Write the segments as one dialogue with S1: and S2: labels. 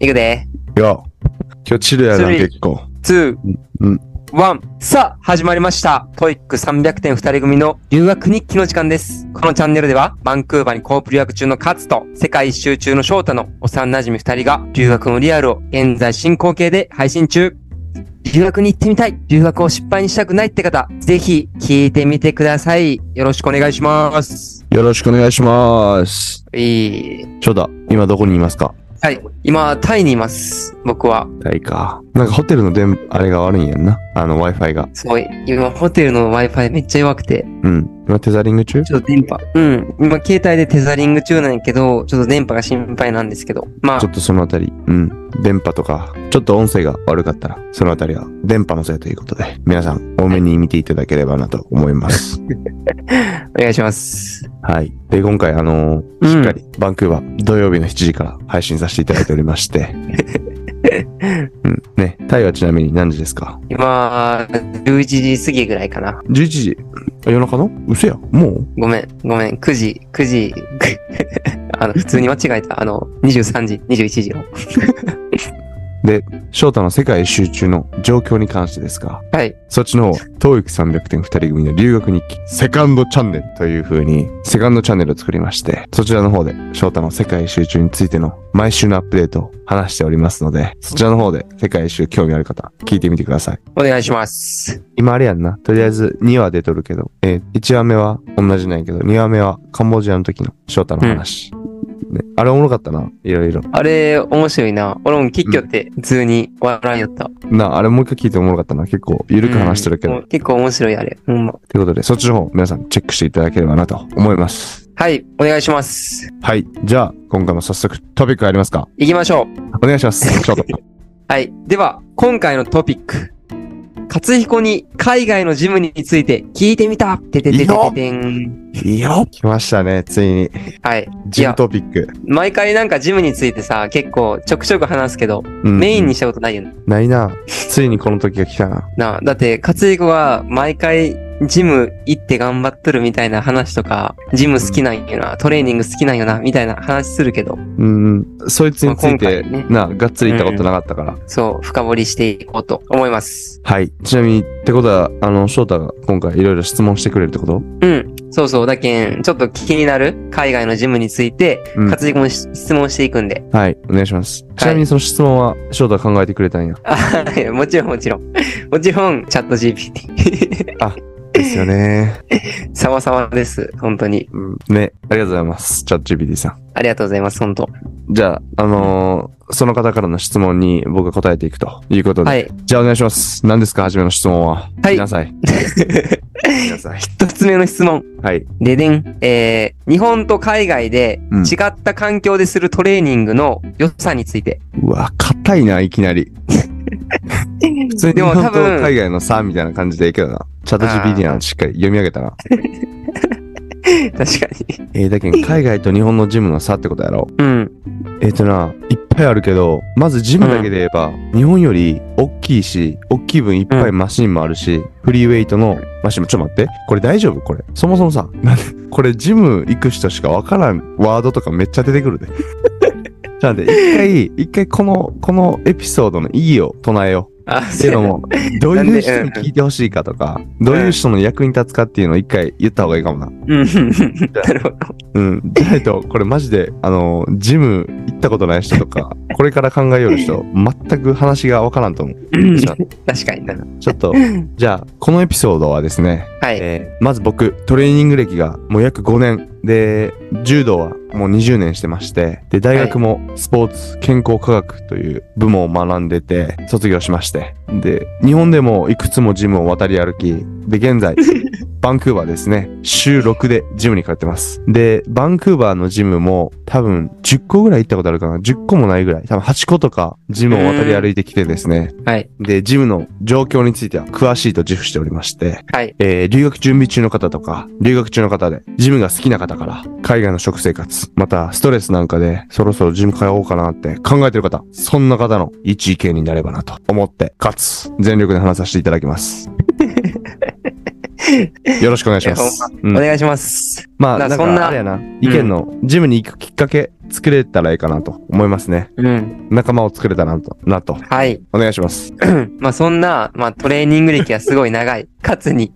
S1: いくで。
S2: よ。今日チルやな、
S1: スリー
S2: 結構。
S1: 2、
S2: うん
S1: 1。さあ、始まりました。トイック300点2人組の留学日記の時間です。このチャンネルでは、バンクーバーにコープ留学中のカツと、世界一周中の翔太の幼馴染2人が、留学のリアルを現在進行形で配信中。留学に行ってみたい。留学を失敗にしたくないって方、ぜひ聞いてみてください。よろしくお願いします。
S2: よろしくお願いします。
S1: いい。
S2: ちょだ、今どこにいますか
S1: はい。今、タイにいます。僕は。
S2: タイか。なんかホテルの電波、あれが悪いんやんな。あの、Wi-Fi が。
S1: すごい。今、ホテルの Wi-Fi めっちゃ弱くて。
S2: うん。今テザリング中
S1: ちょっと電波。うん。今、携帯でテザリング中なんやけど、ちょっと電波が心配なんですけど。まあ
S2: ちょ、っとそのあたり、うん。電波とか、ちょっと音声が悪かったら、そのあたりは電波のせいということで、皆さん、多めに見ていただければなと思います。
S1: お願いします。
S2: はい。で、今回、あのー
S1: うん
S2: しっかり、バンクーバー、土曜日の7時から配信させていただいておりま して。うん。ね、タイはちなみに何時ですか
S1: 今、11時過ぎぐらいかな。
S2: ?11 時。あ夜中の嘘や。もう
S1: ごめん、ごめん、9時、9時、 あの、普通に間違えた。あの、23時、21時の。
S2: 翔太の世界一周中の状況に関してですが、
S1: はい。
S2: そっちの方、東域300点2人組の留学日記、セカンドチャンネルという風に、セカンドチャンネルを作りまして、そちらの方で、翔太の世界一周中についての毎週のアップデートを話しておりますので、そちらの方で世界一周興味ある方、聞いてみてください。
S1: お願いします。
S2: 今あれやんな。とりあえず2話出とるけど、えー、1話目は同じなんやけど、2話目はカンボジアの時の翔太の話。ね、あれおもろかったな。いろいろ。
S1: あれ、面白いな。俺も結局って、普通に笑いよった。
S2: な、あれもう一回聞いておもろかったな。結構、ゆるく話してるけ
S1: う
S2: ど。
S1: ん結構面白い、あれ。うん。
S2: ということで、そっちの方、皆さんチェックしていただければなと思います。
S1: はい、お願いします。
S2: はい。じゃあ、今回も早速トピックありますか
S1: 行きましょう。
S2: お願いします。シ ョート。
S1: はい。では、今回のトピック。勝彦に海外のジムについて聞いてみたててててててん。
S2: いいよ来ましたね、ついに。
S1: はい。
S2: ジムトピック。
S1: 毎回なんかジムについてさ、結構ちょくちょく話すけど、
S2: うん
S1: メインにしたことないよね。
S2: ないな。ついにこの時が来たな。
S1: なあ、だって、勝彦が毎回ジム行って頑張っとるみたいな話とか、ジム好きなんよな、トレーニング好きなんよな、みたいな話するけど、
S2: うん。そいつについて、
S1: まあ今回ね
S2: な、がっつり言ったことなかったから。
S1: そう、深掘りしていこうと思います。
S2: はい。ちなみに、ってことは、あの、翔太が今回いろいろ質問してくれるってこと
S1: うん。そうそう。だけん、ちょっと気になる海外のジムについて、
S2: うん
S1: 勝彦もし質問していくんで。
S2: はい。お願いします。ちなみにその質問は翔太が考えてくれた んや。
S1: あいやもちろんもちろん。もちろん、チャット GPT。
S2: ですよね。
S1: 様々です。本当に。
S2: うん。ね。ありがとうございます。チャット GPT さん。
S1: ありがとうございます。本当。
S2: じゃあ、あのーその方からの質問に僕が答えていくということで。
S1: はい。
S2: じゃあお願いします。何ですか初めの質問は。
S1: はい
S2: 見な さい。見なさい。
S1: 一つ目の質問。
S2: はい。
S1: ででん。えー、日本と海外で
S2: うん
S1: 違った環境でするトレーニングの良さについて。
S2: うわ、硬いな、いきなり。普通に
S1: で
S2: 日
S1: も
S2: 本
S1: 多
S2: と
S1: 分
S2: 海外の差みたいな感じでいいけどな。チャット GPT はしっかり読み上げたな。
S1: 確かに。
S2: えー、だけど海外と日本のジムの差ってことやろ
S1: うん。
S2: えっ、とな、いっぱいあるけど、まずジムだけで言えば、日本より大きいし、大きい分いっぱいマシンもあるし、フリーウェイトのマシンも、ちょっと待って、これ大丈夫これ。そもそもさ、なんでこれジム行く人しかわからんワードとかめっちゃ出てくるで。ちょっと待って、一回、一回この、このエピソードの意義を唱えよう。
S1: あ、
S2: っていうのも、どう
S1: なん
S2: い
S1: で
S2: う人に聞いてほしいかとか、どういう人の役に立つかっていうのを一回言った方がいいかもな。
S1: うん。 なるほど。
S2: うん。 じゃないと、これマジで、あの、ジム行ったことない人と か、これから考えよる人、全く話がわからんと思う。
S1: うん
S2: じゃ
S1: 確かにな。
S2: ちょっと、じゃあ、このエピソードはですね、
S1: はい。
S2: えーまず僕、トレーニング歴がもう約5年、で、柔道はもう20年してまして、で、大学もスポーツ健康科学という部門を学んでて、卒業しまして、で、日本でもいくつもジムを渡り歩き、で、現在、バンクーバーですね。週6でジムに通ってます。で、バンクーバーのジムも多分10個ぐらい行ったことあるかな。10個もないぐらい。多分8個とかジムを渡り歩いてきてですね。
S1: はい。
S2: で、ジムの状況については詳しいと自負しておりまして。
S1: はい。
S2: えー留学準備中の方とか、留学中の方で、ジムが好きな方から、海外の食生活、またストレスなんかで、そろそろジム通おうかなって考えてる方、そんな方の一意見になればなと思って、かつ、全力で話させていただき ます。よろしくお願いします。う
S1: お
S2: ん、
S1: 願いします。
S2: まあ、
S1: な
S2: なんか
S1: そんな
S2: あれやな、意見の、ジムに行くきっかけ作れたらいいかなと思いますね。
S1: うん。
S2: 仲間を作れたらなと、なと。
S1: はい。
S2: お願いします。
S1: まあそんな、まあトレーニング歴はすごい長い、かつに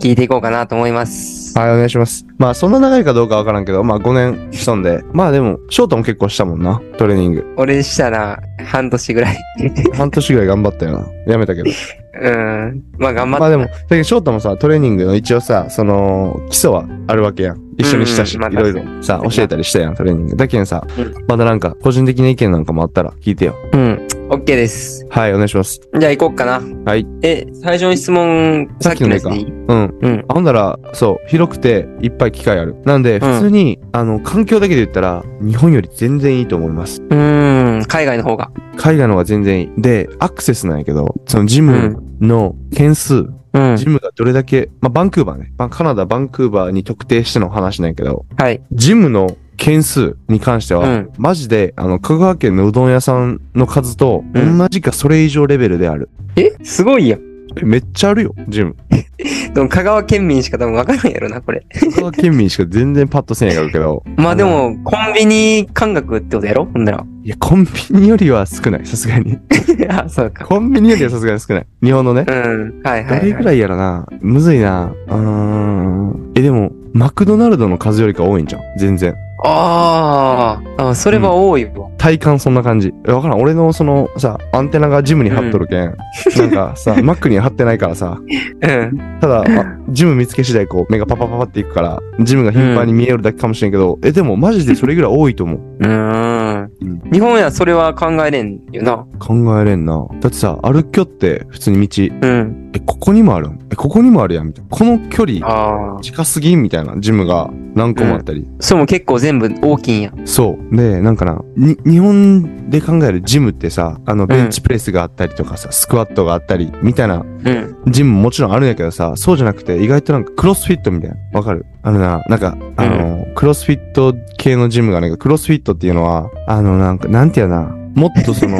S1: 聞いていこうかなと思います。
S2: はい、お願いします。まあ、そんな長いかどうかわからんけど、まあ、5年したんで、まあでも、翔太も結構したもんな、トレーニン グ。
S1: 俺でしたら半年ぐらい。
S2: 半年ぐらい頑張ったよな。やめたけど。
S1: うん。まあ頑張って。
S2: まあでも、だけど翔太もさ、トレーニングの一応さ、その、基礎はあるわけやん。一緒にしたし、
S1: うんうん
S2: い
S1: まあ
S2: ろいろさ、教えたりしたやん、トレーニング。だけどさ、
S1: うん
S2: まだなんか、個人的な意見なんかもあったら聞いてよ。
S1: うん。OK です。
S2: はい、お願いします。
S1: じゃあ行こうかな。
S2: はい。
S1: え、最初の質問、さ
S2: さっ
S1: っ
S2: き
S1: き
S2: の
S1: の
S2: ね
S1: やつでいい
S2: うん。
S1: うん。
S2: あほんなら、そう、広くて、いっぱい機会ある。なんで、普通に、あの、環境だけで言ったら、日本より全然いいと思います。
S1: うーん。海外の方が。
S2: 海外の方が全然いい。で、アクセスなんやけど、そのジムの件数、
S1: うん。
S2: ジムがどれだけ、まあ、バンクーバーね。まあ、カナダ、バンクーバーに特定しての話なんやけど、
S1: はい。
S2: ジムの件数に関しては、
S1: うん
S2: マジで、あの、香川県のうどん屋さんの数と、
S1: うん
S2: 同じかそれ以上レベルである。
S1: えすごいやん。
S2: えめっちゃあるよ、ジム。
S1: でも香川県民しか多分わからんやろな、これ。。
S2: 香川県民しか全然パッとせんやろうけど
S1: まあでも、コンビニ感覚ってことやろほんなら。
S2: の。いや、コンビニよりは少ない、さすがに。
S1: あ、そうか。
S2: コンビニよりはさすがに少ない。日本のね
S1: う。ん。はい
S2: ど
S1: はい、はい。
S2: れぐらいやらな、むずいな。うーん。え、でも、マクドナルドの数よりか多いんじゃん。全然。
S1: あーあ、それは多いわ。
S2: 体感そんな感じ。えわからん。俺のそのさ、アンテナがジムに張っとるけ ん。なんかさ、マックには張ってないからさ。
S1: うん。
S2: ただ、あジム見つけ次第こう、目がパパパパっていくから、ジムが頻繁に見えるだけかもしれんけど、え、でもマジでそれぐらい多いと思う。
S1: うーん
S2: うん
S1: 日本やそれは考えれんよな。
S2: 考えれんな。だってさ、歩きょって普通に道、
S1: うん。
S2: え、ここにもあるんえ、ここにもあるやんみたいな。この距離、
S1: ああ。
S2: 近すぎんみたいな、ジムが何個もあったり。
S1: それも結構全部大きいんや。
S2: そう。で、なんかな、に、日本で考えるジムってさ、あの、ベンチプレスがあったりとかさ、スクワットがあったり、みたい
S1: う
S2: な
S1: ん。
S2: ジムももちろんあるんやけどさ、そうじゃなくて、意外となんかクロスフィットみたいな。わかるあのな、なんか、あの、クロスフィット系のジムがね、クロスフィットっていうのは、あの、なんか、なんてやな、もっとそ の、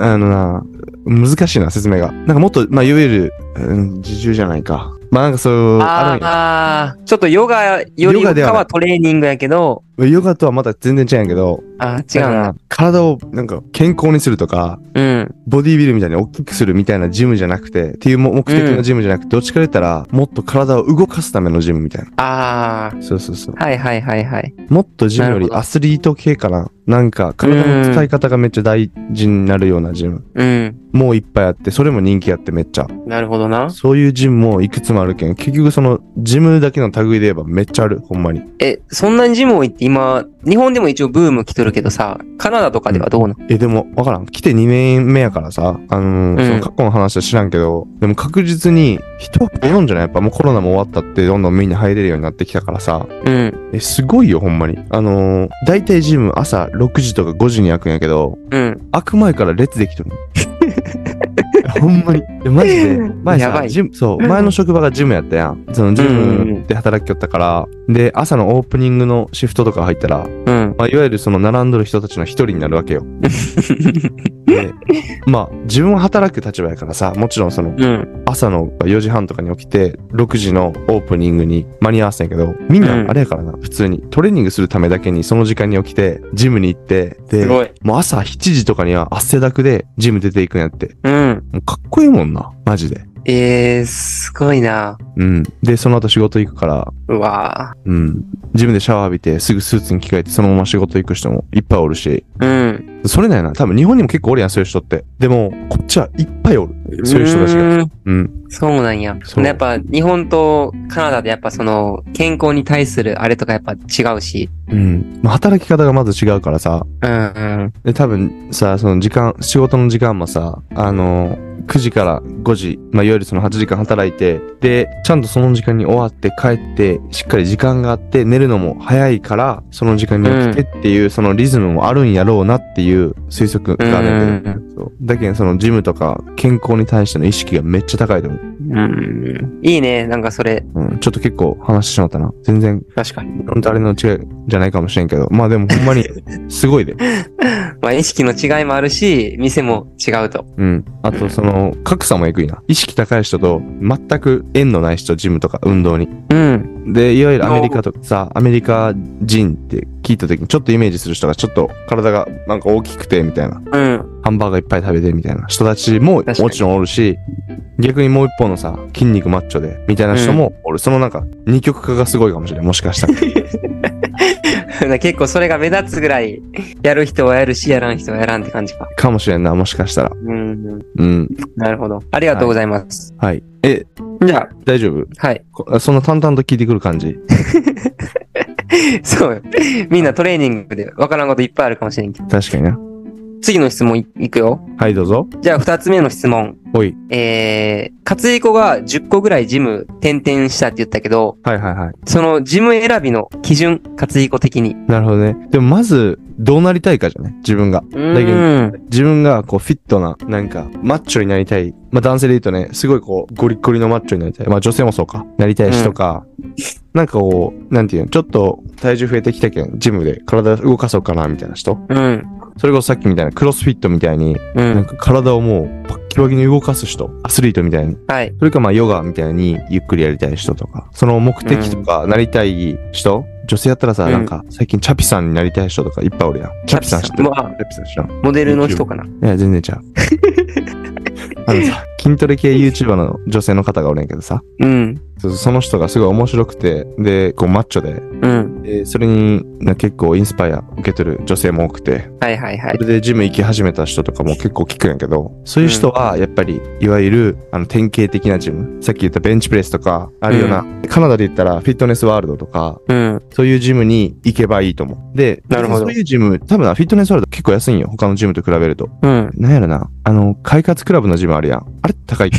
S2: あのな、難しいな、説明が。なんかもっと、まあ、いわゆる、うん、自重じゃないか。まあ、なんかそう、あるんや。
S1: ああー。ちょっとヨガより
S2: ヨガでは
S1: か
S2: ない
S1: はトレーニングやけど、
S2: ヨガとはまた全然違うんやけど、
S1: あー違う
S2: なん
S1: な
S2: か。体を、なんか、健康にするとか、
S1: うん。
S2: ボディビルみたいに大きくするみたいなジムじゃなくて、っていう目的のジムじゃなくて、どっちかで言ったら、もっと体を動かすためのジムみたいな。
S1: あ
S2: そうそうそう。
S1: あ。はいはいはいはい。
S2: もっとジムよ
S1: なる
S2: り
S1: ほど
S2: アスリート系かな。なんか、体の使い方がめっちゃ大事になるようなジム。
S1: うん。
S2: もういっぱいあって、それも人気あってめっちゃ。
S1: なるほどな。
S2: そういうジムもいくつもあるけん、結局その、ジムだけの類で言えばめっちゃある、ほんまに。
S1: え、そんなにジム多いって今、日本でも一応ブーム来とるけどさ、カナダとかではどうなの、
S2: え、でも、わからん。来て2年目やからさ、あのー
S1: うん
S2: その過去の話は知らんけど、でも確実に人は多いんじゃないやっぱもうコロナも終わったって、どんどんみんな入れるようになってきたからさ、
S1: うん、
S2: え、すごいよ、ほんまに。あのー、大体ジム朝6時とか5時に開くんやけど、
S1: うん、
S2: 開く前から列できとるの。 ほんまに。えマジで。前
S1: やば
S2: さ、
S1: い
S2: ジム、そう、前の職場がジムやったやん。そのジ
S1: うんうんう
S2: ムで働きよったから、で、朝のオープニングのシフトとか入ったら、
S1: うん。
S2: まあ、いわゆるその並んどる人たちの一人になるわ けよ。で、まあ、自分は働く立場やからさ、もちろんその、
S1: うん、
S2: 朝の4時半とかに起きて、6時のオープニングに間に合わせんやけど、みん
S1: う
S2: な、
S1: ん
S2: あれやからな、普通に、トレーニングするためだけにその時間に起きて、ジムに行って、
S1: す
S2: で、
S1: ごい。
S2: もう朝7時とかには汗だくでジム出ていくんやって。
S1: うん。
S2: もうかっこいいもんな。マジで。
S1: えー、すごいな。
S2: うん。で、その後仕事行くから、
S1: うわ
S2: うん。ジムでシャワー浴びて、すぐスーツに着替えて、そのまま仕事行く人もいっぱいおるし。
S1: ー。うん。
S2: それなんやな。多分日本にも結構おるやん、そういう人って。でも、こっちはいっぱいおる。そういう人たちが。
S1: うーん
S2: うん。
S1: そうなんや。
S2: そう
S1: やっぱ日本とカナダでやっぱその健康に対するあれとかやっぱ違うし。
S2: うん。まあ働き方がまず違うからさ。
S1: うんうん。
S2: で、多分さ、その時間、仕事の時間もさ、あの9時から5時、まあ、いわゆるその8時間働いて、で、ちゃんとその時間に終わって帰って、しっかり時間があって、寝るのも早いから、その時間に起きてっていう、そのリズムもあるんやろうなっていう推測
S1: うん
S2: があるんだけど、そうだけどそのジムとか健康に対しての意識がめっちゃ高いと
S1: うん。
S2: 思
S1: いいね。なんかそれ。
S2: う。うん、ちょっと結構話してしまったな。全然、
S1: 確かに。
S2: 本当あれの違いじゃないかもしれんけど、まあでもほんまに、 すごいで。
S1: まあ意識の違いもあるし、店も違うと。
S2: うん。あと、その、格差もえぐいな。意識高い人と、全く縁のない人、ジムとか運動に。
S1: うん。
S2: で、いわゆるアメリカとかさ、アメリカ人って聞いた時に、ちょっとイメージする人が、ちょっと体がなんか大きくて、みたいな。
S1: うん。
S2: ハンバーガーいっぱい食べてみたいな人たちも
S1: 確かに
S2: もちろんおるし、逆にもう一方のさ、筋肉マッチョで、みたいな人もおる。そのなんか、二極化がすごいかもしれん。もし かしたら。
S1: 結構それが目立つぐらい、やる人はやるし、やらん人はやらんって感じか。
S2: かもしれんな、もしかしたら。
S1: うん。
S2: うん。
S1: なるほど。ありがとうございます。
S2: はい。え、
S1: じゃ
S2: 大丈夫
S1: あ、はい。
S2: こそんな淡々と聞いてくる感じ
S1: そうよ。みんなトレーニングで分からんこといっぱいあるかもしれんけど。
S2: 確かにな。
S1: 次の質問いいくよ。
S2: はい、どうぞ。
S1: じゃあ、二つ目の質問。
S2: おい。
S1: えー、勝彦が10個ぐらいジム転々したって言ったけど、
S2: はいはいはい。
S1: そのジム選びの基準、勝彦的に。
S2: なるほどね。でもまず、どうなりたいかじゃね自分が。
S1: う
S2: だけど
S1: ーん。
S2: 自分がこうフィットな、なんか、マッチョになりたい。まあ男性で言うとね、すごいこう、ゴリッゴリのマッチョになりたい。まあ女性もそうか。なりたいしとか、なんかこう、なんていうの、ちょっと体重増えてきたけん、ジムで体動かそうかな、みたいな人。
S1: うん。
S2: それこそさっきみたいなクロスフィットみたいに、
S1: う
S2: なん
S1: ん。
S2: か体をもう、バッキバキに動かす人。アスリートみたいに。
S1: はい。
S2: それかまあヨガみたいにゆっくりやりたい人とか、その目的とかなりたい人、女性やったらさ、
S1: うん
S2: なんか最近チャピさんになりたい人とかいっぱいおるやん。チャピさん知ってる
S1: まあ、
S2: チャピさん知らん。
S1: モデルの人かな。
S2: いや、全然ちゃう。あのさ、筋トレ系 YouTuber の女性の方がおるんやけどさ、
S1: うん。
S2: そうそうその人がすごい面白くて、で、こうマッチョで、
S1: うん。
S2: でそれにな結構インスパイア受け取る女性も多くて、
S1: はいはいは
S2: そ
S1: い。
S2: れでジム行き始めた人とかも結構聞くんやけど、そういう人はやっぱり、いわゆる、あの、典型的なジム、さっき言ったベンチプレスとか、あるような、カナダで言ったらフィットネスワールドとか、
S1: うん。
S2: そういうジムに行けばいいと思う。で、
S1: なるほど
S2: そういうジム、多分なフィットネスワールド結構安いんよ、他のジムと比べると。
S1: うん。
S2: なんやろな、あの、快活クラブのジムあるやん。あれ高 いっけ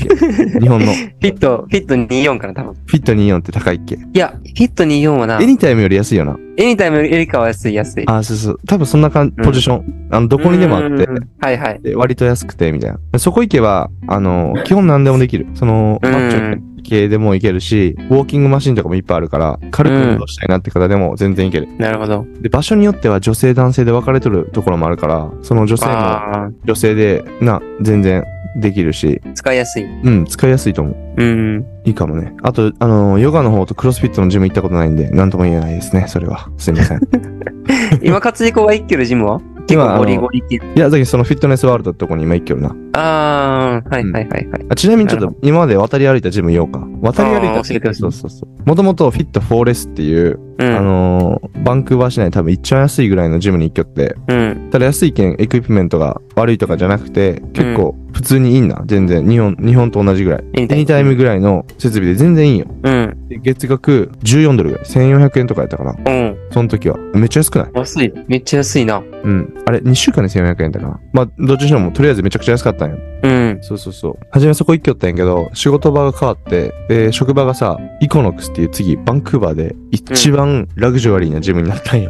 S2: 日本の。フ
S1: フィット、フィット24かな、多分。
S2: ィット24って高いっけ
S1: いや、フィット24はな
S2: エ、ニタイムより安いよな。
S1: エニタイムよりかは安い安い。
S2: あ、そうそう。多分そんな感じ、
S1: うん
S2: ポジション。あの、どこにでもあって
S1: う。ん。はいはい。
S2: で割と安くて、みたいな。そこ行けば、あの、基本何でもできる。その、
S1: う
S2: マ
S1: ん
S2: ッチョ系でも行けるし、ウォーキングマシンとかもいっぱいあるから、軽く運動したいなって方でも全然行ける。
S1: なるほど。
S2: で、場所によっては女性男性で分かれとるところもあるから、その女性も
S1: あ
S2: 女性で、な、全然できるし、
S1: あ、使いやすい。
S2: うん、使いやすいと思
S1: う
S2: う。
S1: ん。
S2: いいかもね。あと、あの、ヨガの方とクロスフィットのジム行ったことないんで、なんとも言えないですね、それは。すいま せん。い
S1: 今、勝彦が行ってるジムは結
S2: 今あ
S1: 構ゴ
S2: の
S1: リゴリ系。
S2: や、だけどそのフィットネスワールドってとこに今行けるな。
S1: ああ、はいはいはいはい。
S2: あちなみにちょっ
S1: な
S2: と今まで渡り歩いたジム言おうか。渡り歩
S1: あ
S2: いた
S1: ー教えてほしい
S2: そうそうそう。もともとフィットフォーレスっていう、
S1: うん。
S2: あのーバンクーバー市内多分一番安いぐらいのジムに行きよって、
S1: うん。
S2: ただ安いけんエクイプメントが悪いとかじゃなくて、結構普通にいいんだ。全然。日本、日本と同じぐらい。
S1: エニ
S2: エニタイム。ぐらいの設備で全然いいんよ。
S1: うん。
S2: で月額14ドルぐらい。1400円とかやったかな。
S1: うん。
S2: その時は。めっちゃ安くない
S1: 安い。めっちゃ安いな。
S2: うん。あれ、2週間で1400円だな。まあ、どっちにしても、とりあえずめちゃくちゃ安かったんよ。
S1: うん。
S2: そうそうそう。はじめそこ行きよったんやけど、仕事場が変わって、で、職場がさ、イコノックスっていう次、バンクーバーで一番ラグジュアリーなジムになったんよ。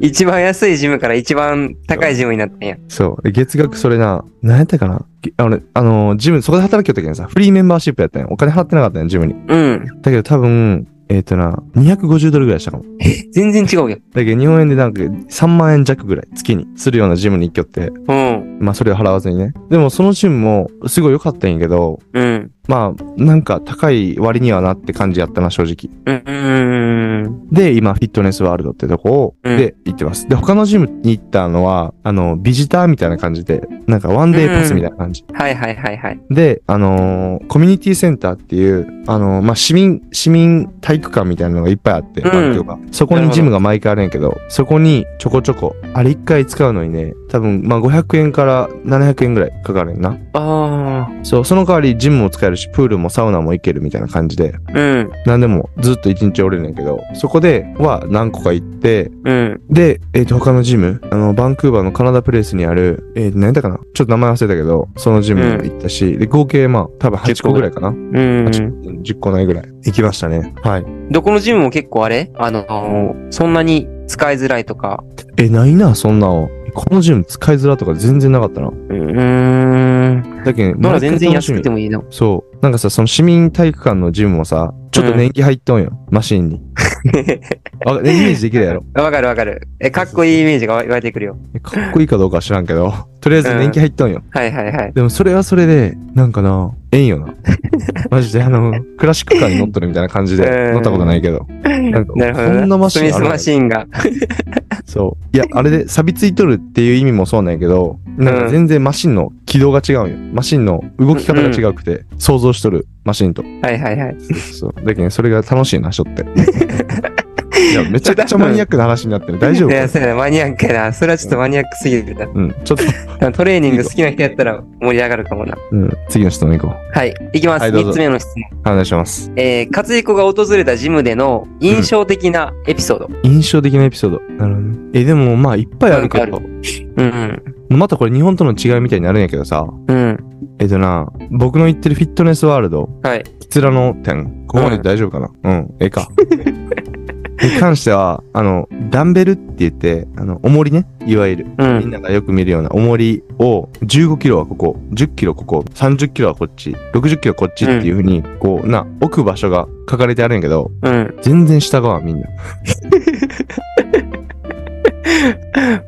S1: 一番安いジムから一番高いジムになったんや。
S2: そう。で、月額それな、何やったかなげあの、あの、ジム、そこで働きよったけんさ、フリーメンバーシップやったんよ。お金払ってなかったんよ、ジムに。
S1: うん。
S2: だけど多分、えっ、とな、250ドルぐらいしたかも。
S1: 全然違うよ。
S2: だけど日本円でなんか3万円弱ぐらい月にするようなジムに行きよって、
S1: うん。
S2: まあそれを払わずにね。でもそのチームもすごい良かったんやけど、
S1: うん。
S2: まあなんか高い割にはなって感じやったな、正直。
S1: うん。うん。
S2: で、今フィットネスワールドってとこを、
S1: うん
S2: で行ってます。で、他のジムに行ったのは、あの、ビジターみたいな感じで、なんかワンデーパスみたいな感じ。
S1: はいはいはいはい。
S2: で、あのーコミュニティセンターっていう、あのーまあ、市民、市民体育館みたいなのがいっぱいあって、
S1: うん
S2: バンクーバーそこにジムが毎回あるんやけど、そこにちょこちょこ、あれ1回使うのにね、多分、まあ、500円から700円ぐらいかかるんやな。
S1: あ
S2: そう、その代わりジムも使えるし、プールもサウナも行けるみたいな感じで、
S1: あ。うん。
S2: 何でもずっと一日おれるんやけど、そこでは何個か行って、
S1: うん。
S2: で、えっ、と、他のジム、あの、バンクーバーのカナダプレイスにある、えー、何だかなちょっと名前忘れたけど、そのジムに行ったし、で、合計まあ、多分8個ぐらいかな。
S1: うん。
S2: 10個ないぐらい。行きましたね。はい。
S1: どこのジムも結構あれあのそんなに使いづらいとか。
S2: え、ないな、そんなん。このジム使いづらとか全然なかったな。
S1: うーん。ん。
S2: だけど、
S1: まだ全然安くて
S2: も。
S1: もいいな。
S2: そう。なんかさ、その市民体育館のジムもさ、ちょっと年季入っとんよ。マシンに。わイメージできるや ろ。
S1: わかるわかる。え、かっこいいイメージが湧いてくるよ。
S2: かっこいいかどうかは知らんけど、とりあえず年季入っとんよ。
S1: はいはいはい。
S2: でもそれはそれで、なんかな、ええんよ な。マジで、あの、クラシックカーに乗っとるみたいな感じで、
S1: うん
S2: 乗ったことないけど。なんか
S1: なるほどね。
S2: こんなマシ
S1: ス
S2: ンあ
S1: ミ
S2: る
S1: スマシンが。
S2: そう。いや、あれで錆びついとるっていう意味もそうなんやけど、なんか全然マシンの軌道が違うんよ。マシンの動き方が違くて、想像しとるマシンと。
S1: はいはいはい。
S2: そう。だけど、それが楽しいな、しょって。いや、めちゃくちゃマニアックな話になってる。大丈
S1: い
S2: 夫
S1: や、そうやな、マニアックやな。それはちょっとマニアックすぎるな。
S2: うん。ちょっと、
S1: トレーニング好きな人やったら盛り上がるかもな。
S2: うん。次の質問いこう。
S1: はい。いきます。
S2: はいどうぞ
S1: 3つ目の質問。
S2: お願いします。
S1: えー、勝彦が訪れたジムでの印象的なエピソード。
S2: 印象的なエピソード。なるほどね。え、でも、まあ、いっぱいあるけ
S1: な
S2: ど、
S1: うん
S2: またこれ日本との違いみたいになるんやけどさ、
S1: うん。うん。
S2: えっとな、僕の言ってるフィットネスワールド、
S1: はい。
S2: キツラの店、ここまで大丈夫かなうん、ええ か。に関しては、あの、ダンベルって言って、あの、重りね、いわゆる、
S1: う
S2: みん
S1: ん。
S2: ながよく見るような重りを、15キロはここ、10キロここ、30キロはこっち、60キロこっちっていう風に、こう、な、置く場所が書かれてあるんやけど、
S1: うん。
S2: 全然下側みんな。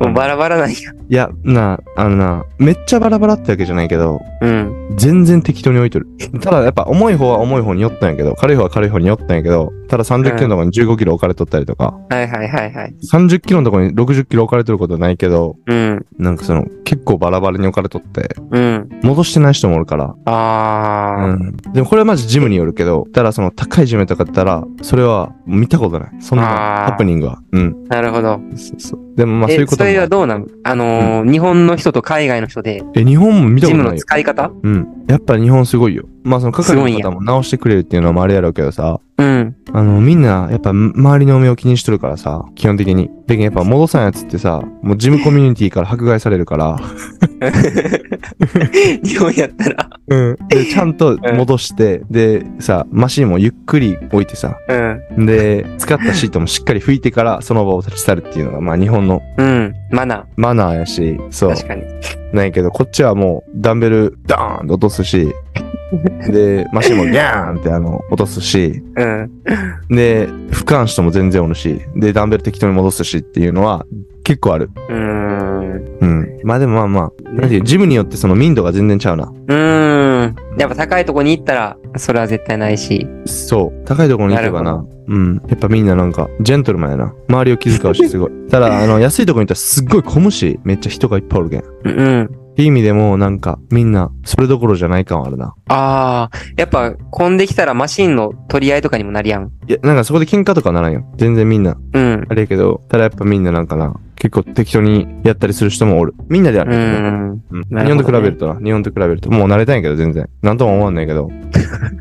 S1: もうバラバラなんや。
S2: いや、な、あのな、めっちゃバラバラってわけじゃないけど、
S1: うん。
S2: 全然適当に置いとる。ただやっぱ重い方は重い方に寄ったんやけど、軽い方は軽い方に寄ったんやけど、ただ30キロのとこに15キロ置かれとったりとか、
S1: はいはいはいはい。
S2: 30キロのとこに60キロ置かれとることないけど、
S1: うん。
S2: なんかその結構バラバラに置かれとって、
S1: うん。
S2: 戻してない人もおるから。う
S1: あ
S2: ん。でもこれはマジジムによるけど、ただその高いジムとかだったら、それは見たことない。そんな
S1: あー
S2: ハプニングは。うん。
S1: ー。なるほど。
S2: そうそうでもまあそうい
S1: え
S2: うこ
S1: そ
S2: ともあ
S1: れは
S2: る。
S1: どうなのあのー、日本の人と海外の人で、
S2: え、日本も見た
S1: ジ
S2: こと
S1: ム
S2: な
S1: の
S2: いよ。
S1: 使い方
S2: うん。やっぱ日本すごいよ。まあその係
S1: すごい
S2: の
S1: んや
S2: 方も直してくれるっていうのもあれやろうけどさ、
S1: うん。
S2: あの、みんな、やっぱ、周りの目を気にしとるからさ、基本的に。で、やっぱ、戻さんやつってさ、もうジムコミュニティから迫害されるから、
S1: 日本やったら。
S2: うん。で、ちゃんと戻して、で、さ、マシンもゆっくり置いてさ、
S1: うん。
S2: で、使ったシートもしっかり拭いてから、その場を立ち去るっていうのが、まあ、日本の
S1: うん。マナー。
S2: マナーやし、そう、
S1: 確かに。
S2: ないけど、こっちはもう、ダンベル、ダーンと落とすし、で、マシンもギャーンって、あの、落とすし、
S1: うん。
S2: で、俯瞰しても全然おるし、で、ダンベル適当に戻すしっていうのは、結構ある。
S1: うーん。
S2: うん。まあでもまあまあ、なんていうジムによってその民度が全然ちゃうな。
S1: うーん。やっぱ高いとこに行ったら、それは絶対ないし。
S2: そう。高いところに行けば
S1: なる
S2: な。うん。やっぱみんななんか、ジェントルマンやな。周りを気遣うし、すごい。ただ、あの、安いところに行ったらすっごい混むし、めっちゃ人がいっぱいおるけん。っ
S1: うんうん。
S2: ていう意味でも、なんか、みんな、それどころじゃない感はあるな。
S1: ああ、やっぱ混んできたらマシンの取り合いとかにもなりやん。
S2: いや、なんかそこで喧嘩とかならんよ。全然みんな。
S1: うん。
S2: あれやけど、ただやっぱみんななんかな、結構適当にやったりする人もおる。みんなであ
S1: う
S2: る。
S1: ん。
S2: うん
S1: な
S2: 日
S1: るほどね
S2: 本と比べるとな、日本と比べると、もう慣れたんやけど全然。なんとも思わんないけど、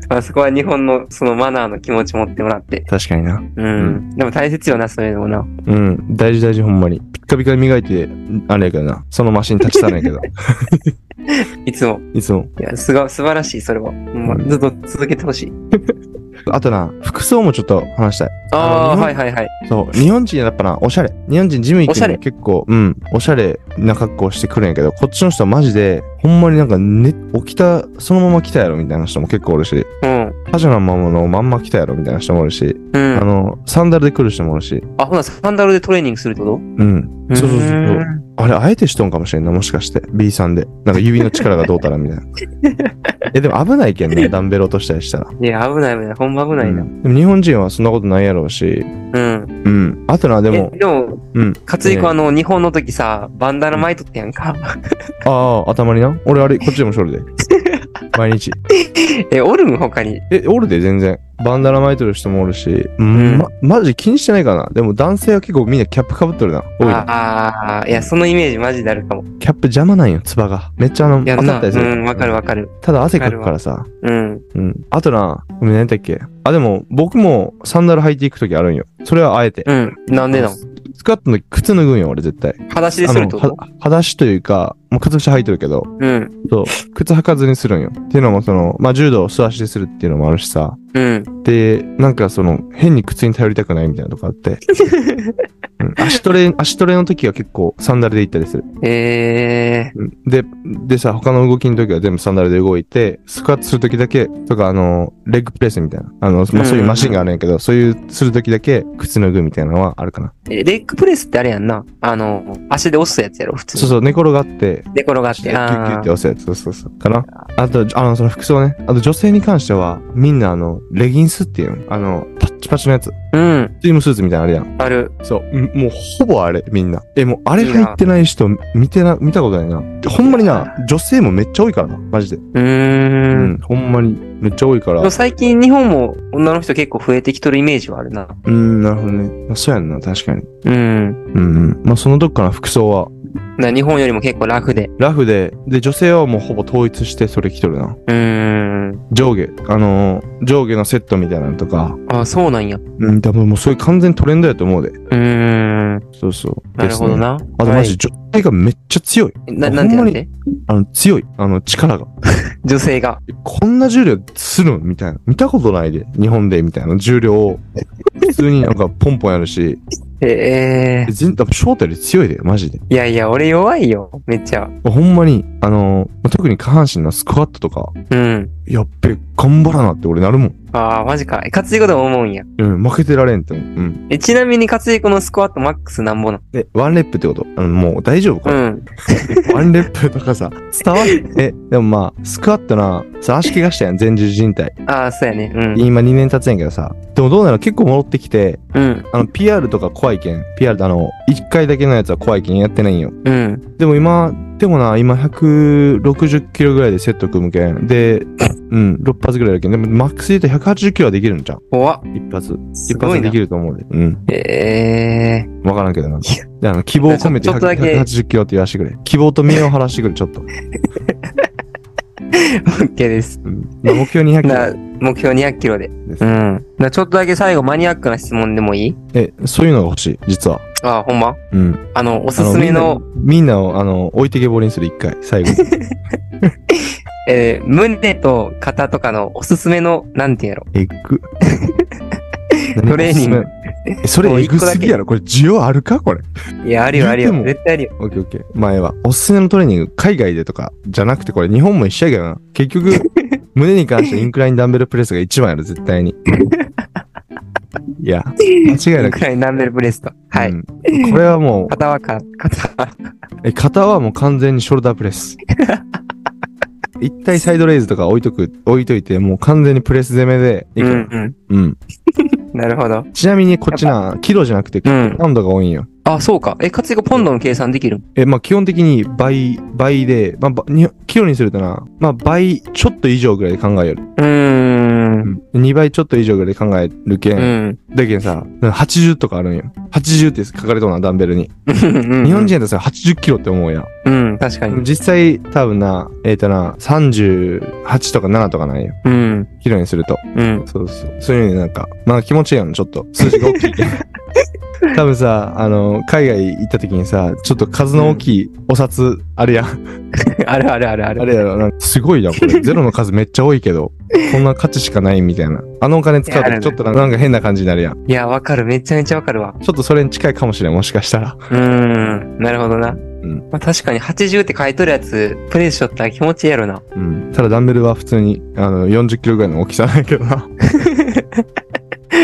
S1: まあそこは日本のそのマナーの気持ち持ってもらって。
S2: 確かにな。
S1: うん。
S2: う
S1: でも大切よな、そういうのもな。
S2: うん、大事大事ほんまに。ピッカピカに磨いて、あれやけどな。そのマシン立ち去らん やけど。
S1: いつも。
S2: いつも。
S1: いや、すが、素晴らしい、それは。まあ、
S2: うん
S1: ずっと続けてほしい。
S2: あとな、服装もちょっと話したい。
S1: ああ
S2: あ
S1: ー、
S2: の
S1: はいはいはい。
S2: そう、日本人やっぱな、おしゃれ。日本人ジム行
S1: お
S2: く
S1: しゃ
S2: の
S1: れ
S2: も結構、うん、おしゃれな格好してくるんやけど、こっちの人はマジで、ほんまになんか、ね、起きた、そのまま来たやろみたいな人も結構おるし、
S1: うん。
S2: パジャマのままのまんま来たやろみたいな人もおるし、
S1: うん
S2: あ。の、サンダルで来る人もおるし、
S1: あ、ほな、サンダルでトレーニングするってこと
S2: うん。そうそうそうそうう。
S1: ん
S2: あれ、あえてしとんかもしれんな、もしかして。B さんで。なんか指の力がどうたらみ たいな。え、でも危ないけんね、ダンベル落としたりしたら。
S1: いや、危ない危ない。ほんま危ないな。
S2: うんでも日本人はそんなことないやろうし。
S1: うん。
S2: うん。あとな、で
S1: で
S2: も
S1: え、でも、
S2: うん。
S1: かつい
S2: え
S1: こあの、日本の時さ、バンダナ巻いとったやんか。
S2: ああ、頭にな。俺、あれ、こっちでもしょ るで。毎日。
S1: え、おるん他に。
S2: え、おるで、全然。バンダナ巻いてる人もおるし。
S1: ん
S2: ま、マジ気にしてないかな。でも男性は結構みんなキャップかぶっとるな。多いな。
S1: ああ、いや、そのイメージマジであるかも。
S2: キャップ邪魔なんよ、つばが。めっちゃあの、
S1: いや、
S2: 当た
S1: な、
S2: ったりす
S1: う
S2: る。
S1: ん、わかるわかる。
S2: ただ汗かくからさ。
S1: うん。
S2: うん。あとな、ごめん、何だっけあ、でも、僕もサンダル履いていくときあるんよ。それはあえて。
S1: うん。なんでなの
S2: スクワットの時靴脱ぐんよ、俺絶対。
S1: 裸足でするってこ
S2: は
S1: と
S2: 裸足というか、もう靴下履いてるけど、
S1: うん。
S2: そう、靴履かずにするんよ。っていうのも、その、まあ、柔道を素足でするっていうのもあるしさ。
S1: うん。
S2: で、なんかその、変に靴に頼りたくないみたいなとこあって。うん足トレ、足トレの時は結構サンダルで行ったりする。
S1: え
S2: うんで、でさ、他の動きの時は全部サンダルで動いて、スクワットする時だけ、とかあの、レッグプレスみたいな。あの、まあ、そういうマシンがあるんやけど、そういう、する時だけ靴脱ぐみたいなのはあるかな。
S1: ー、えレッグプレスってあれやんな。あの、足で押すやつやろ、普通。
S2: そうそう、寝転がって、
S1: 寝転がっ
S2: キュ
S1: て。
S2: ッキュッキュッ
S1: あ
S2: って押すやつ、そうそうそう。かな。あと、あの、その服装ね。あと女性に関しては、みんなあの、レギンスっていうのあの、パッチパチのやつ。
S1: ーうん。
S2: スイムスーツみたいなのあるやん。
S1: ある。
S2: そう。んもうほぼあれ、みんな。え、もうあれ
S1: いいな
S2: 入ってない人、見てな、見たことないな。でほんまにな、女性もめっちゃ多いからな、マジで。
S1: う
S2: う
S1: ーん。
S2: ん、ほんまに、めっちゃ多いか
S1: で
S2: ら
S1: も。最近日本も女の人結構増えてきとるイメージはあるな。
S2: うん、なるほどね。まあそうやんな、確かに。
S1: うん。
S2: うんうん。まあ、そのどっかの服装は、
S1: な日本よりも結構ラフで。
S2: ラフで、で、女性はもうほぼ統一してそれ着とるな。
S1: うーん。
S2: 上下、あのー上下のセットみたいなのとか、
S1: あ、そうなんや。う
S2: うん、多分もうそういう完全にトレンドやと思うで。
S1: ーん。
S2: そうそう。
S1: なるほどな。
S2: ですね。あとマジ、女性がめっちゃ強い。
S1: はい。な、なんて
S2: ほ
S1: なん
S2: まに
S1: んて
S2: あの、強い。あの、力が。
S1: 女性が。
S2: えこんな重量するんみたいな。見たことないで。日本で、みたいな。重量を。普通になんかポンポンやるし、
S1: ええ
S2: え全、多分翔太より強いで、マジで。
S1: いやいや、俺弱いよ。めっちゃ。
S2: ほんまに、あのー特に下半身のスクワットとか、
S1: うん。
S2: やっべ、頑張らなって俺なるもん。
S1: ああ、マジか。え、活躍でも思うんや。
S2: うん、負けてられんって思う。うん。
S1: え、ちなみに活躍のスクワットマックスなんぼなん
S2: で、ワンレップってことあの、もう大丈夫こ
S1: う
S2: れ。
S1: ん。
S2: ワンレップとかさ、伝わるえ、でもまあ、スクワットな、さ、足怪我したやん、前十字靭帯。
S1: ああ、そうやね。うん。
S2: 今2年経つんやけどさ。でもどうなの結構戻ってきて、
S1: うん。
S2: あの、PR とか怖いけん。PR ってあの、1回だけのやつは怖いけんやってないんよ。
S1: うん。
S2: でも今、でもな、今160キロぐらいでセット組むけん。で、うん、6発ぐらいだけん。でもマックスで言うと180キロはできるんじゃん。
S1: 怖っ。
S2: 一発。
S1: す
S2: 一
S1: ご
S2: 発
S1: い
S2: で
S1: な
S2: き。ると思うで。うん。
S1: ええ
S2: わからんけどな。
S1: いや
S2: であの希望を込めて
S1: ちょっとだけ
S2: 180キロって言わしてくれ。希望と見栄を晴らしてくれ、ちょっと。
S1: ー。OK です。
S2: うんまあ、目標200キ
S1: な
S2: ロ。、
S1: 目標200キロで。
S2: です
S1: うん。な、ちょっとだけ最後マニアックな質問でもいい
S2: え、そういうのが欲しい、実は。
S1: ああ、ほんま
S2: うん。
S1: あの、お
S2: あ
S1: すすめの、
S2: みんなみんなを、あの、置いてけぼりにする、一回、最後 に。
S1: えー、胸と肩とかのおすすめの、なんていうんやろ。
S2: え ぐ。
S1: トレーニング
S2: 何がおすすめ。えそれ
S1: もう
S2: え
S1: 一
S2: ぐ
S1: 個だけ
S2: すぎやろ。これ需要あるかこれ。
S1: いや、あるよ、ある
S2: 言うて
S1: よ。
S2: も
S1: 絶対あるよ。
S2: オッケーオッケー。まあええわ。おすすめのトレーニング、海外でとか、じゃなくてこれ日本も一緒やけどな。結 局、胸に関してインクラインダンベルプレスが一番やろ、絶対に。 いや、間違いなく
S1: く。らいナンベルブレスト。は
S2: う
S1: い。
S2: んこれはもう、
S1: 肩はか、肩は、
S2: え肩はもう完全にショルダープレ ス。一体サイドレイズとか置いとく、置いといて、もう完全にプレス攻めでいうく、
S1: んうん。
S2: うん
S1: なるほど。
S2: ちなみにこっちな、キロじゃなくて、
S1: うん。
S2: ポンドが多いんよ。
S1: あ、そうか。え、活躍ポンドの計算できる
S2: え、まあ基本的に倍、倍で、まあばにキロにするとな、まあ倍ちょっと以上ぐらいで考える。
S1: うーん。
S2: 2倍ちょっと以上ぐらいで考えるけん。
S1: うん。
S2: だけどさ、80とかあるんよ。80って書かれとうな、ダンベルに。
S1: 日
S2: 日本人やったらさ、80キロって思うやん。
S1: うん、確かに。
S2: 実際多分な、えっ、とな、38とか7とかなんよ。
S1: うん。
S2: キロにすると。
S1: うん。
S2: そうそう。そういうのなんか、まあ気持ちいいやん、ちょっと。数字が大 きいけん。多分さ、あの、海外行った時にさ、ちょっと数の大きいお札、あれやん。
S1: あるあるあるある。
S2: あれやろ、なんかすごいやん、こ れ。ゼロの数めっちゃ多いけど、こんな価値しかないみたいな。あのお金使う
S1: いやあ
S2: と
S1: る
S2: ちょっとなんか変な感じになるやん。
S1: いや、わかる。めちゃめちゃわかるわ。
S2: ちょっとそれに近いかもしれん、もしかしたら
S1: う。ーん。なるほどな。
S2: ん
S1: まあ、確かに80って書いとるやつ、プレイしとったら気持ちいいやろな。
S2: うん。ただダンベルは普通に、あの、40キロぐらいの大きさなんやけ どな。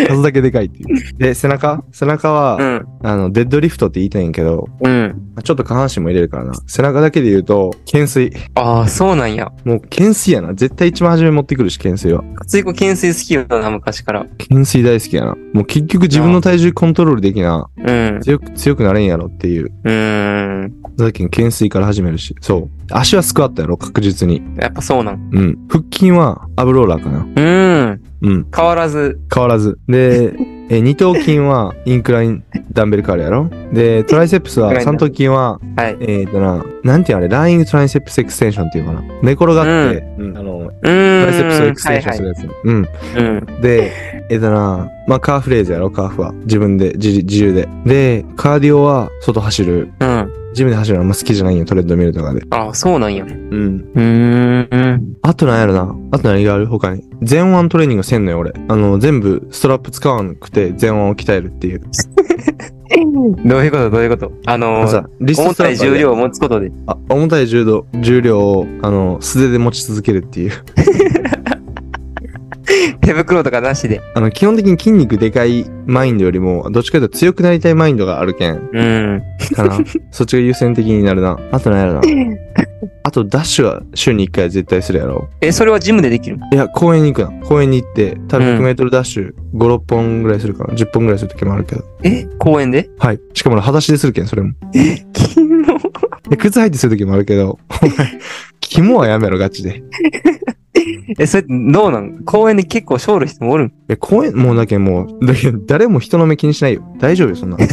S2: 数だけでかいっていう。で、背中背中は、
S1: うん。
S2: あの、デッドリフトって言いたいんやけど、
S1: うん。
S2: ちょっと下半身も入れるからな。背中だけで言うと、懸垂。
S1: ああ、そうなんや。
S2: もう懸垂やな。絶対一番初め持ってくるし、懸垂は。
S1: 活躍懸垂好きよな、昔から。
S2: 懸垂大好きやな。もう結局自分の体重コントロールできな。
S1: うん。う
S2: 強く、強くなれんやろっていう。
S1: ーん。
S2: さっきの懸垂から始めるし。そう。足はスクワットやろ、確実に。
S1: やっぱそうなん。
S2: うん。腹筋はアブローラーかな。
S1: うーん。
S2: うん。
S1: 変わらず。
S2: 変わらず。で、え、二頭筋はインクラインダンベルカールやろで、トライセプス
S1: イン
S2: は
S1: クラインダ
S2: 三
S1: ン
S2: 頭筋は、
S1: はい。
S2: えっ、とな、なんていうのあれ、ライントライセプスエクステンションっていうのかな。寝転がって、うんあの、
S1: うーん。
S2: トライセプスをエクステンション
S1: はいは
S2: する
S1: い
S2: やつ。うん。
S1: うん。
S2: で、えっ、とな、まあ、カーフレーズやろ、カーフは。自分で、自自由で。で、カーディオは外走る。
S1: うん。
S2: ジムで走るのあんま好きじゃないんよ、トレッドミルとかで。
S1: ああ、そうなんや。
S2: うん。
S1: うーん。
S2: あとなんやろな。あと何がある他に。前腕トレーニングせんのよ、俺。あの、全部ストラップ使わなくて前腕を鍛えるっていう。
S1: どういうことどういうことあのー、
S2: さ、リスト
S1: 重
S2: ストラ
S1: た
S2: ッ
S1: い
S2: プある
S1: 重
S2: やん
S1: 量を持つことで。
S2: あ重たい重量重量をあの素手で持ち続けるっていう
S1: 手袋とかなしで。
S2: あの基本的に筋肉でかいマインドよりもどっちかというと強くなりたいマインドがあるけん
S1: うん。
S2: かなそっちが優先的になるなあと何や ろなあとダッシュは週に1回絶対するやろ
S1: え、それはジムでできる
S2: いや公園に行くな公園に行って多
S1: う
S2: 分
S1: ん
S2: 100m ダッシュ56本ぐらいするかな10本ぐらいする時もあるけど
S1: え公園 で
S2: はいしかも俺裸足でするけんそれも
S1: 金の
S2: で靴履いてする時もあるけどお 前肝はやめろガチで
S1: え、それどうなん公園で結構勝負してもおるん
S2: え、公園、もうだけんもう、だけん誰も人の目気にしないよ。大丈夫よ、そんな の。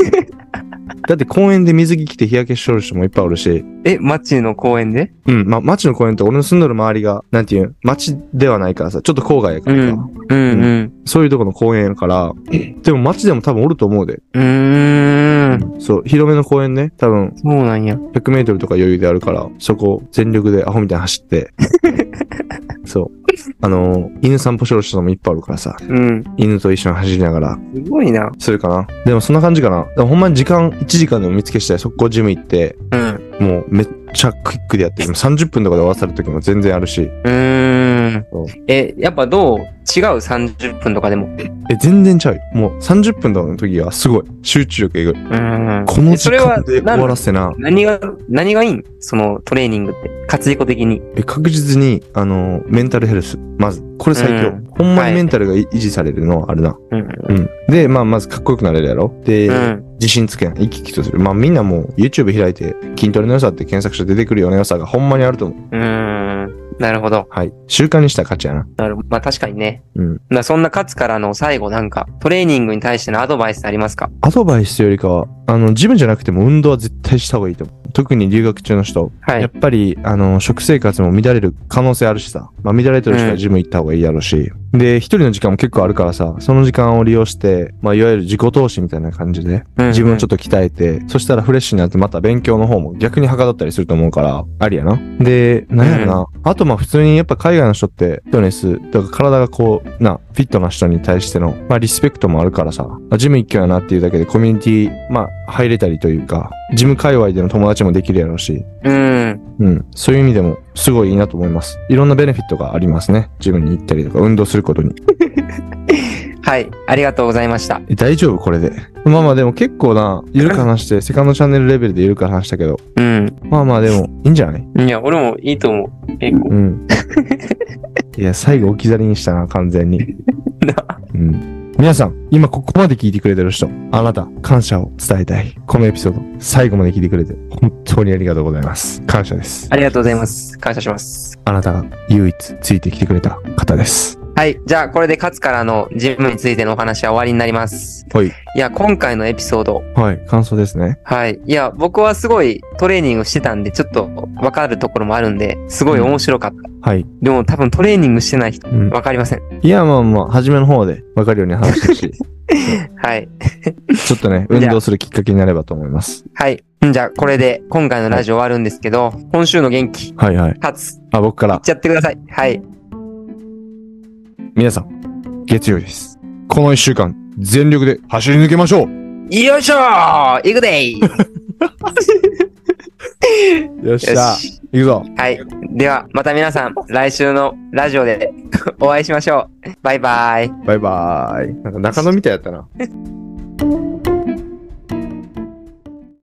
S2: だって公園で水着着て日焼けしとる人もいっぱいおるし、
S1: え、マッチーの公園で
S2: うん、ま、町の公園って俺の住んどる周りが、なんていうん、町ではないからさ、ちょっと郊外やからさ、
S1: うん
S2: そういうとこの公園やから、でも町でも多分おると思うで。
S1: うん。うーん。
S2: そう、広めの公園ね、多分
S1: そうなんや。
S2: 100メートルとか余裕であるから、そこ全力でアホみたいに走って、そう。あのー犬散歩しとる人もいっぱいおるからさ、
S1: うん。
S2: 犬と一緒に走りながら、
S1: すごいな。
S2: するかな。でもそんな感じかな。でもほんまに時間、1時間でも見つけしたい。速攻ジム行って、
S1: うん。
S2: もうめっちゃクイックでやってる。もう30分とかで終わらされる時も全然あるし。
S1: うーん
S2: そう。
S1: え、やっぱどう違う ?30 分とかでも。う
S2: え、全然ちゃうよ。もう30分とかの時はすごい。集中力えぐい。
S1: ーん。
S2: この
S1: えそ
S2: 時
S1: れは
S2: 間で終わらせな。
S1: 何が、何がいいんそのトレーニングって。活力的に。
S2: え、確実に、あの、メンタルヘルス。まず、これ最強。
S1: うん
S2: ほんま
S1: はい
S2: にメンタルがい維持されるのはあるな。
S1: うん。
S2: うん。で、まあ、まずかっこよくなれるやろ。で、
S1: うん。
S2: 自信つけない。生き生きとする。まあ、みんなもう YouTube 開いて、筋トレの良さって検索して出てくるような良さがほんまにあると思う。
S1: うーん。なるほど。
S2: はい。習慣にしたら勝ちやな。
S1: なるまあ確かにね。
S2: うん。
S1: なそんな勝つからの最後なんか、トレーニングに対してのアドバイスありますか
S2: アドバイスというよりかは、あの、ジムじゃなくても運動は絶対した方がいいと思う。特に留学中の人。
S1: は
S2: やっ
S1: い。
S2: ぱり、あの、食生活も乱れる可能性あるしさ。まあ、乱れてる人
S1: うん
S2: はジム行った方がいいやろうし。で、一人の時間も結構あるからさ、その時間を利用して、まあ、いわゆる自己投資みたいな感じで、自分をちょ
S1: っ
S2: っと鍛えて、そしたらフレッシュになってまた勉強の方も逆にはかどったりすると思うから、ありやな。で、なんやろな。あとまあ普通にやっぱ海外の人って、フィットネス、とか体がこう、な、フィットな人に対しての、まあリスペクトもあるからさ、あジム一挙やなっていうだけでコミュニティ、まあ入れたりというか、ジム界隈での友達もできるやろうし、
S1: と。うん。
S2: うん、そういう意味でもすごいいいなと思います。いろんなベネフィットがありますね。ジムに行ったりとか、運動することに。
S1: はい。ありがとうございました。
S2: え大丈夫これで。まあまあでも結構な、ゆるく話して、セカンドチャンネルレベルでゆるく話したけど、
S1: うん。
S2: まあまあでも、いいんじゃない
S1: いや、俺もいいと思う。結構。
S2: うん。いや、最後置き去りにしたな、完全に。うん。皆さん、今ここまで聞いてくれてる人、あなた、感謝を伝えたい。このエピソード、最後まで聞いてくれて、本当にありがとうございます。感謝です。
S1: ありがとうございます。感謝します。
S2: あなたが唯一ついてきてくれた方です。
S1: はい。じゃあ、これで勝つからのジムについてのお話は終わりになります。
S2: はい。
S1: いや、今回のエピソード。
S2: はい、感想ですね。
S1: はい。いや、僕はすごいトレーニングしてたんで、ちょっとわかるところもあるんで、すごい面白かった。
S2: はい。
S1: でも多分トレーニングしてない人、
S2: うん
S1: わかりません。
S2: いや、まあまあ、初めの方で分かるように話した し、
S1: はい。
S2: ちょっとね、運動するきっかけになればと思います。
S1: はい。んじゃあ、これで今回のラジオ終わるんですけど、今週の元気、
S2: はいはい。
S1: 勝つ、い
S2: あ、僕から
S1: っ、ちゃってください。はい。
S2: 皆さん、月曜日です。この一週間、全力で走り抜けましょう
S1: よいしょーいくでー
S2: よっし
S1: よ
S2: ゃ
S1: し。
S2: 行くぞ
S1: はい。では、また皆さん、来週のラジ オでお会いしましょう。バイバイ。
S2: バイバーイ。なんか中野みたいやったな。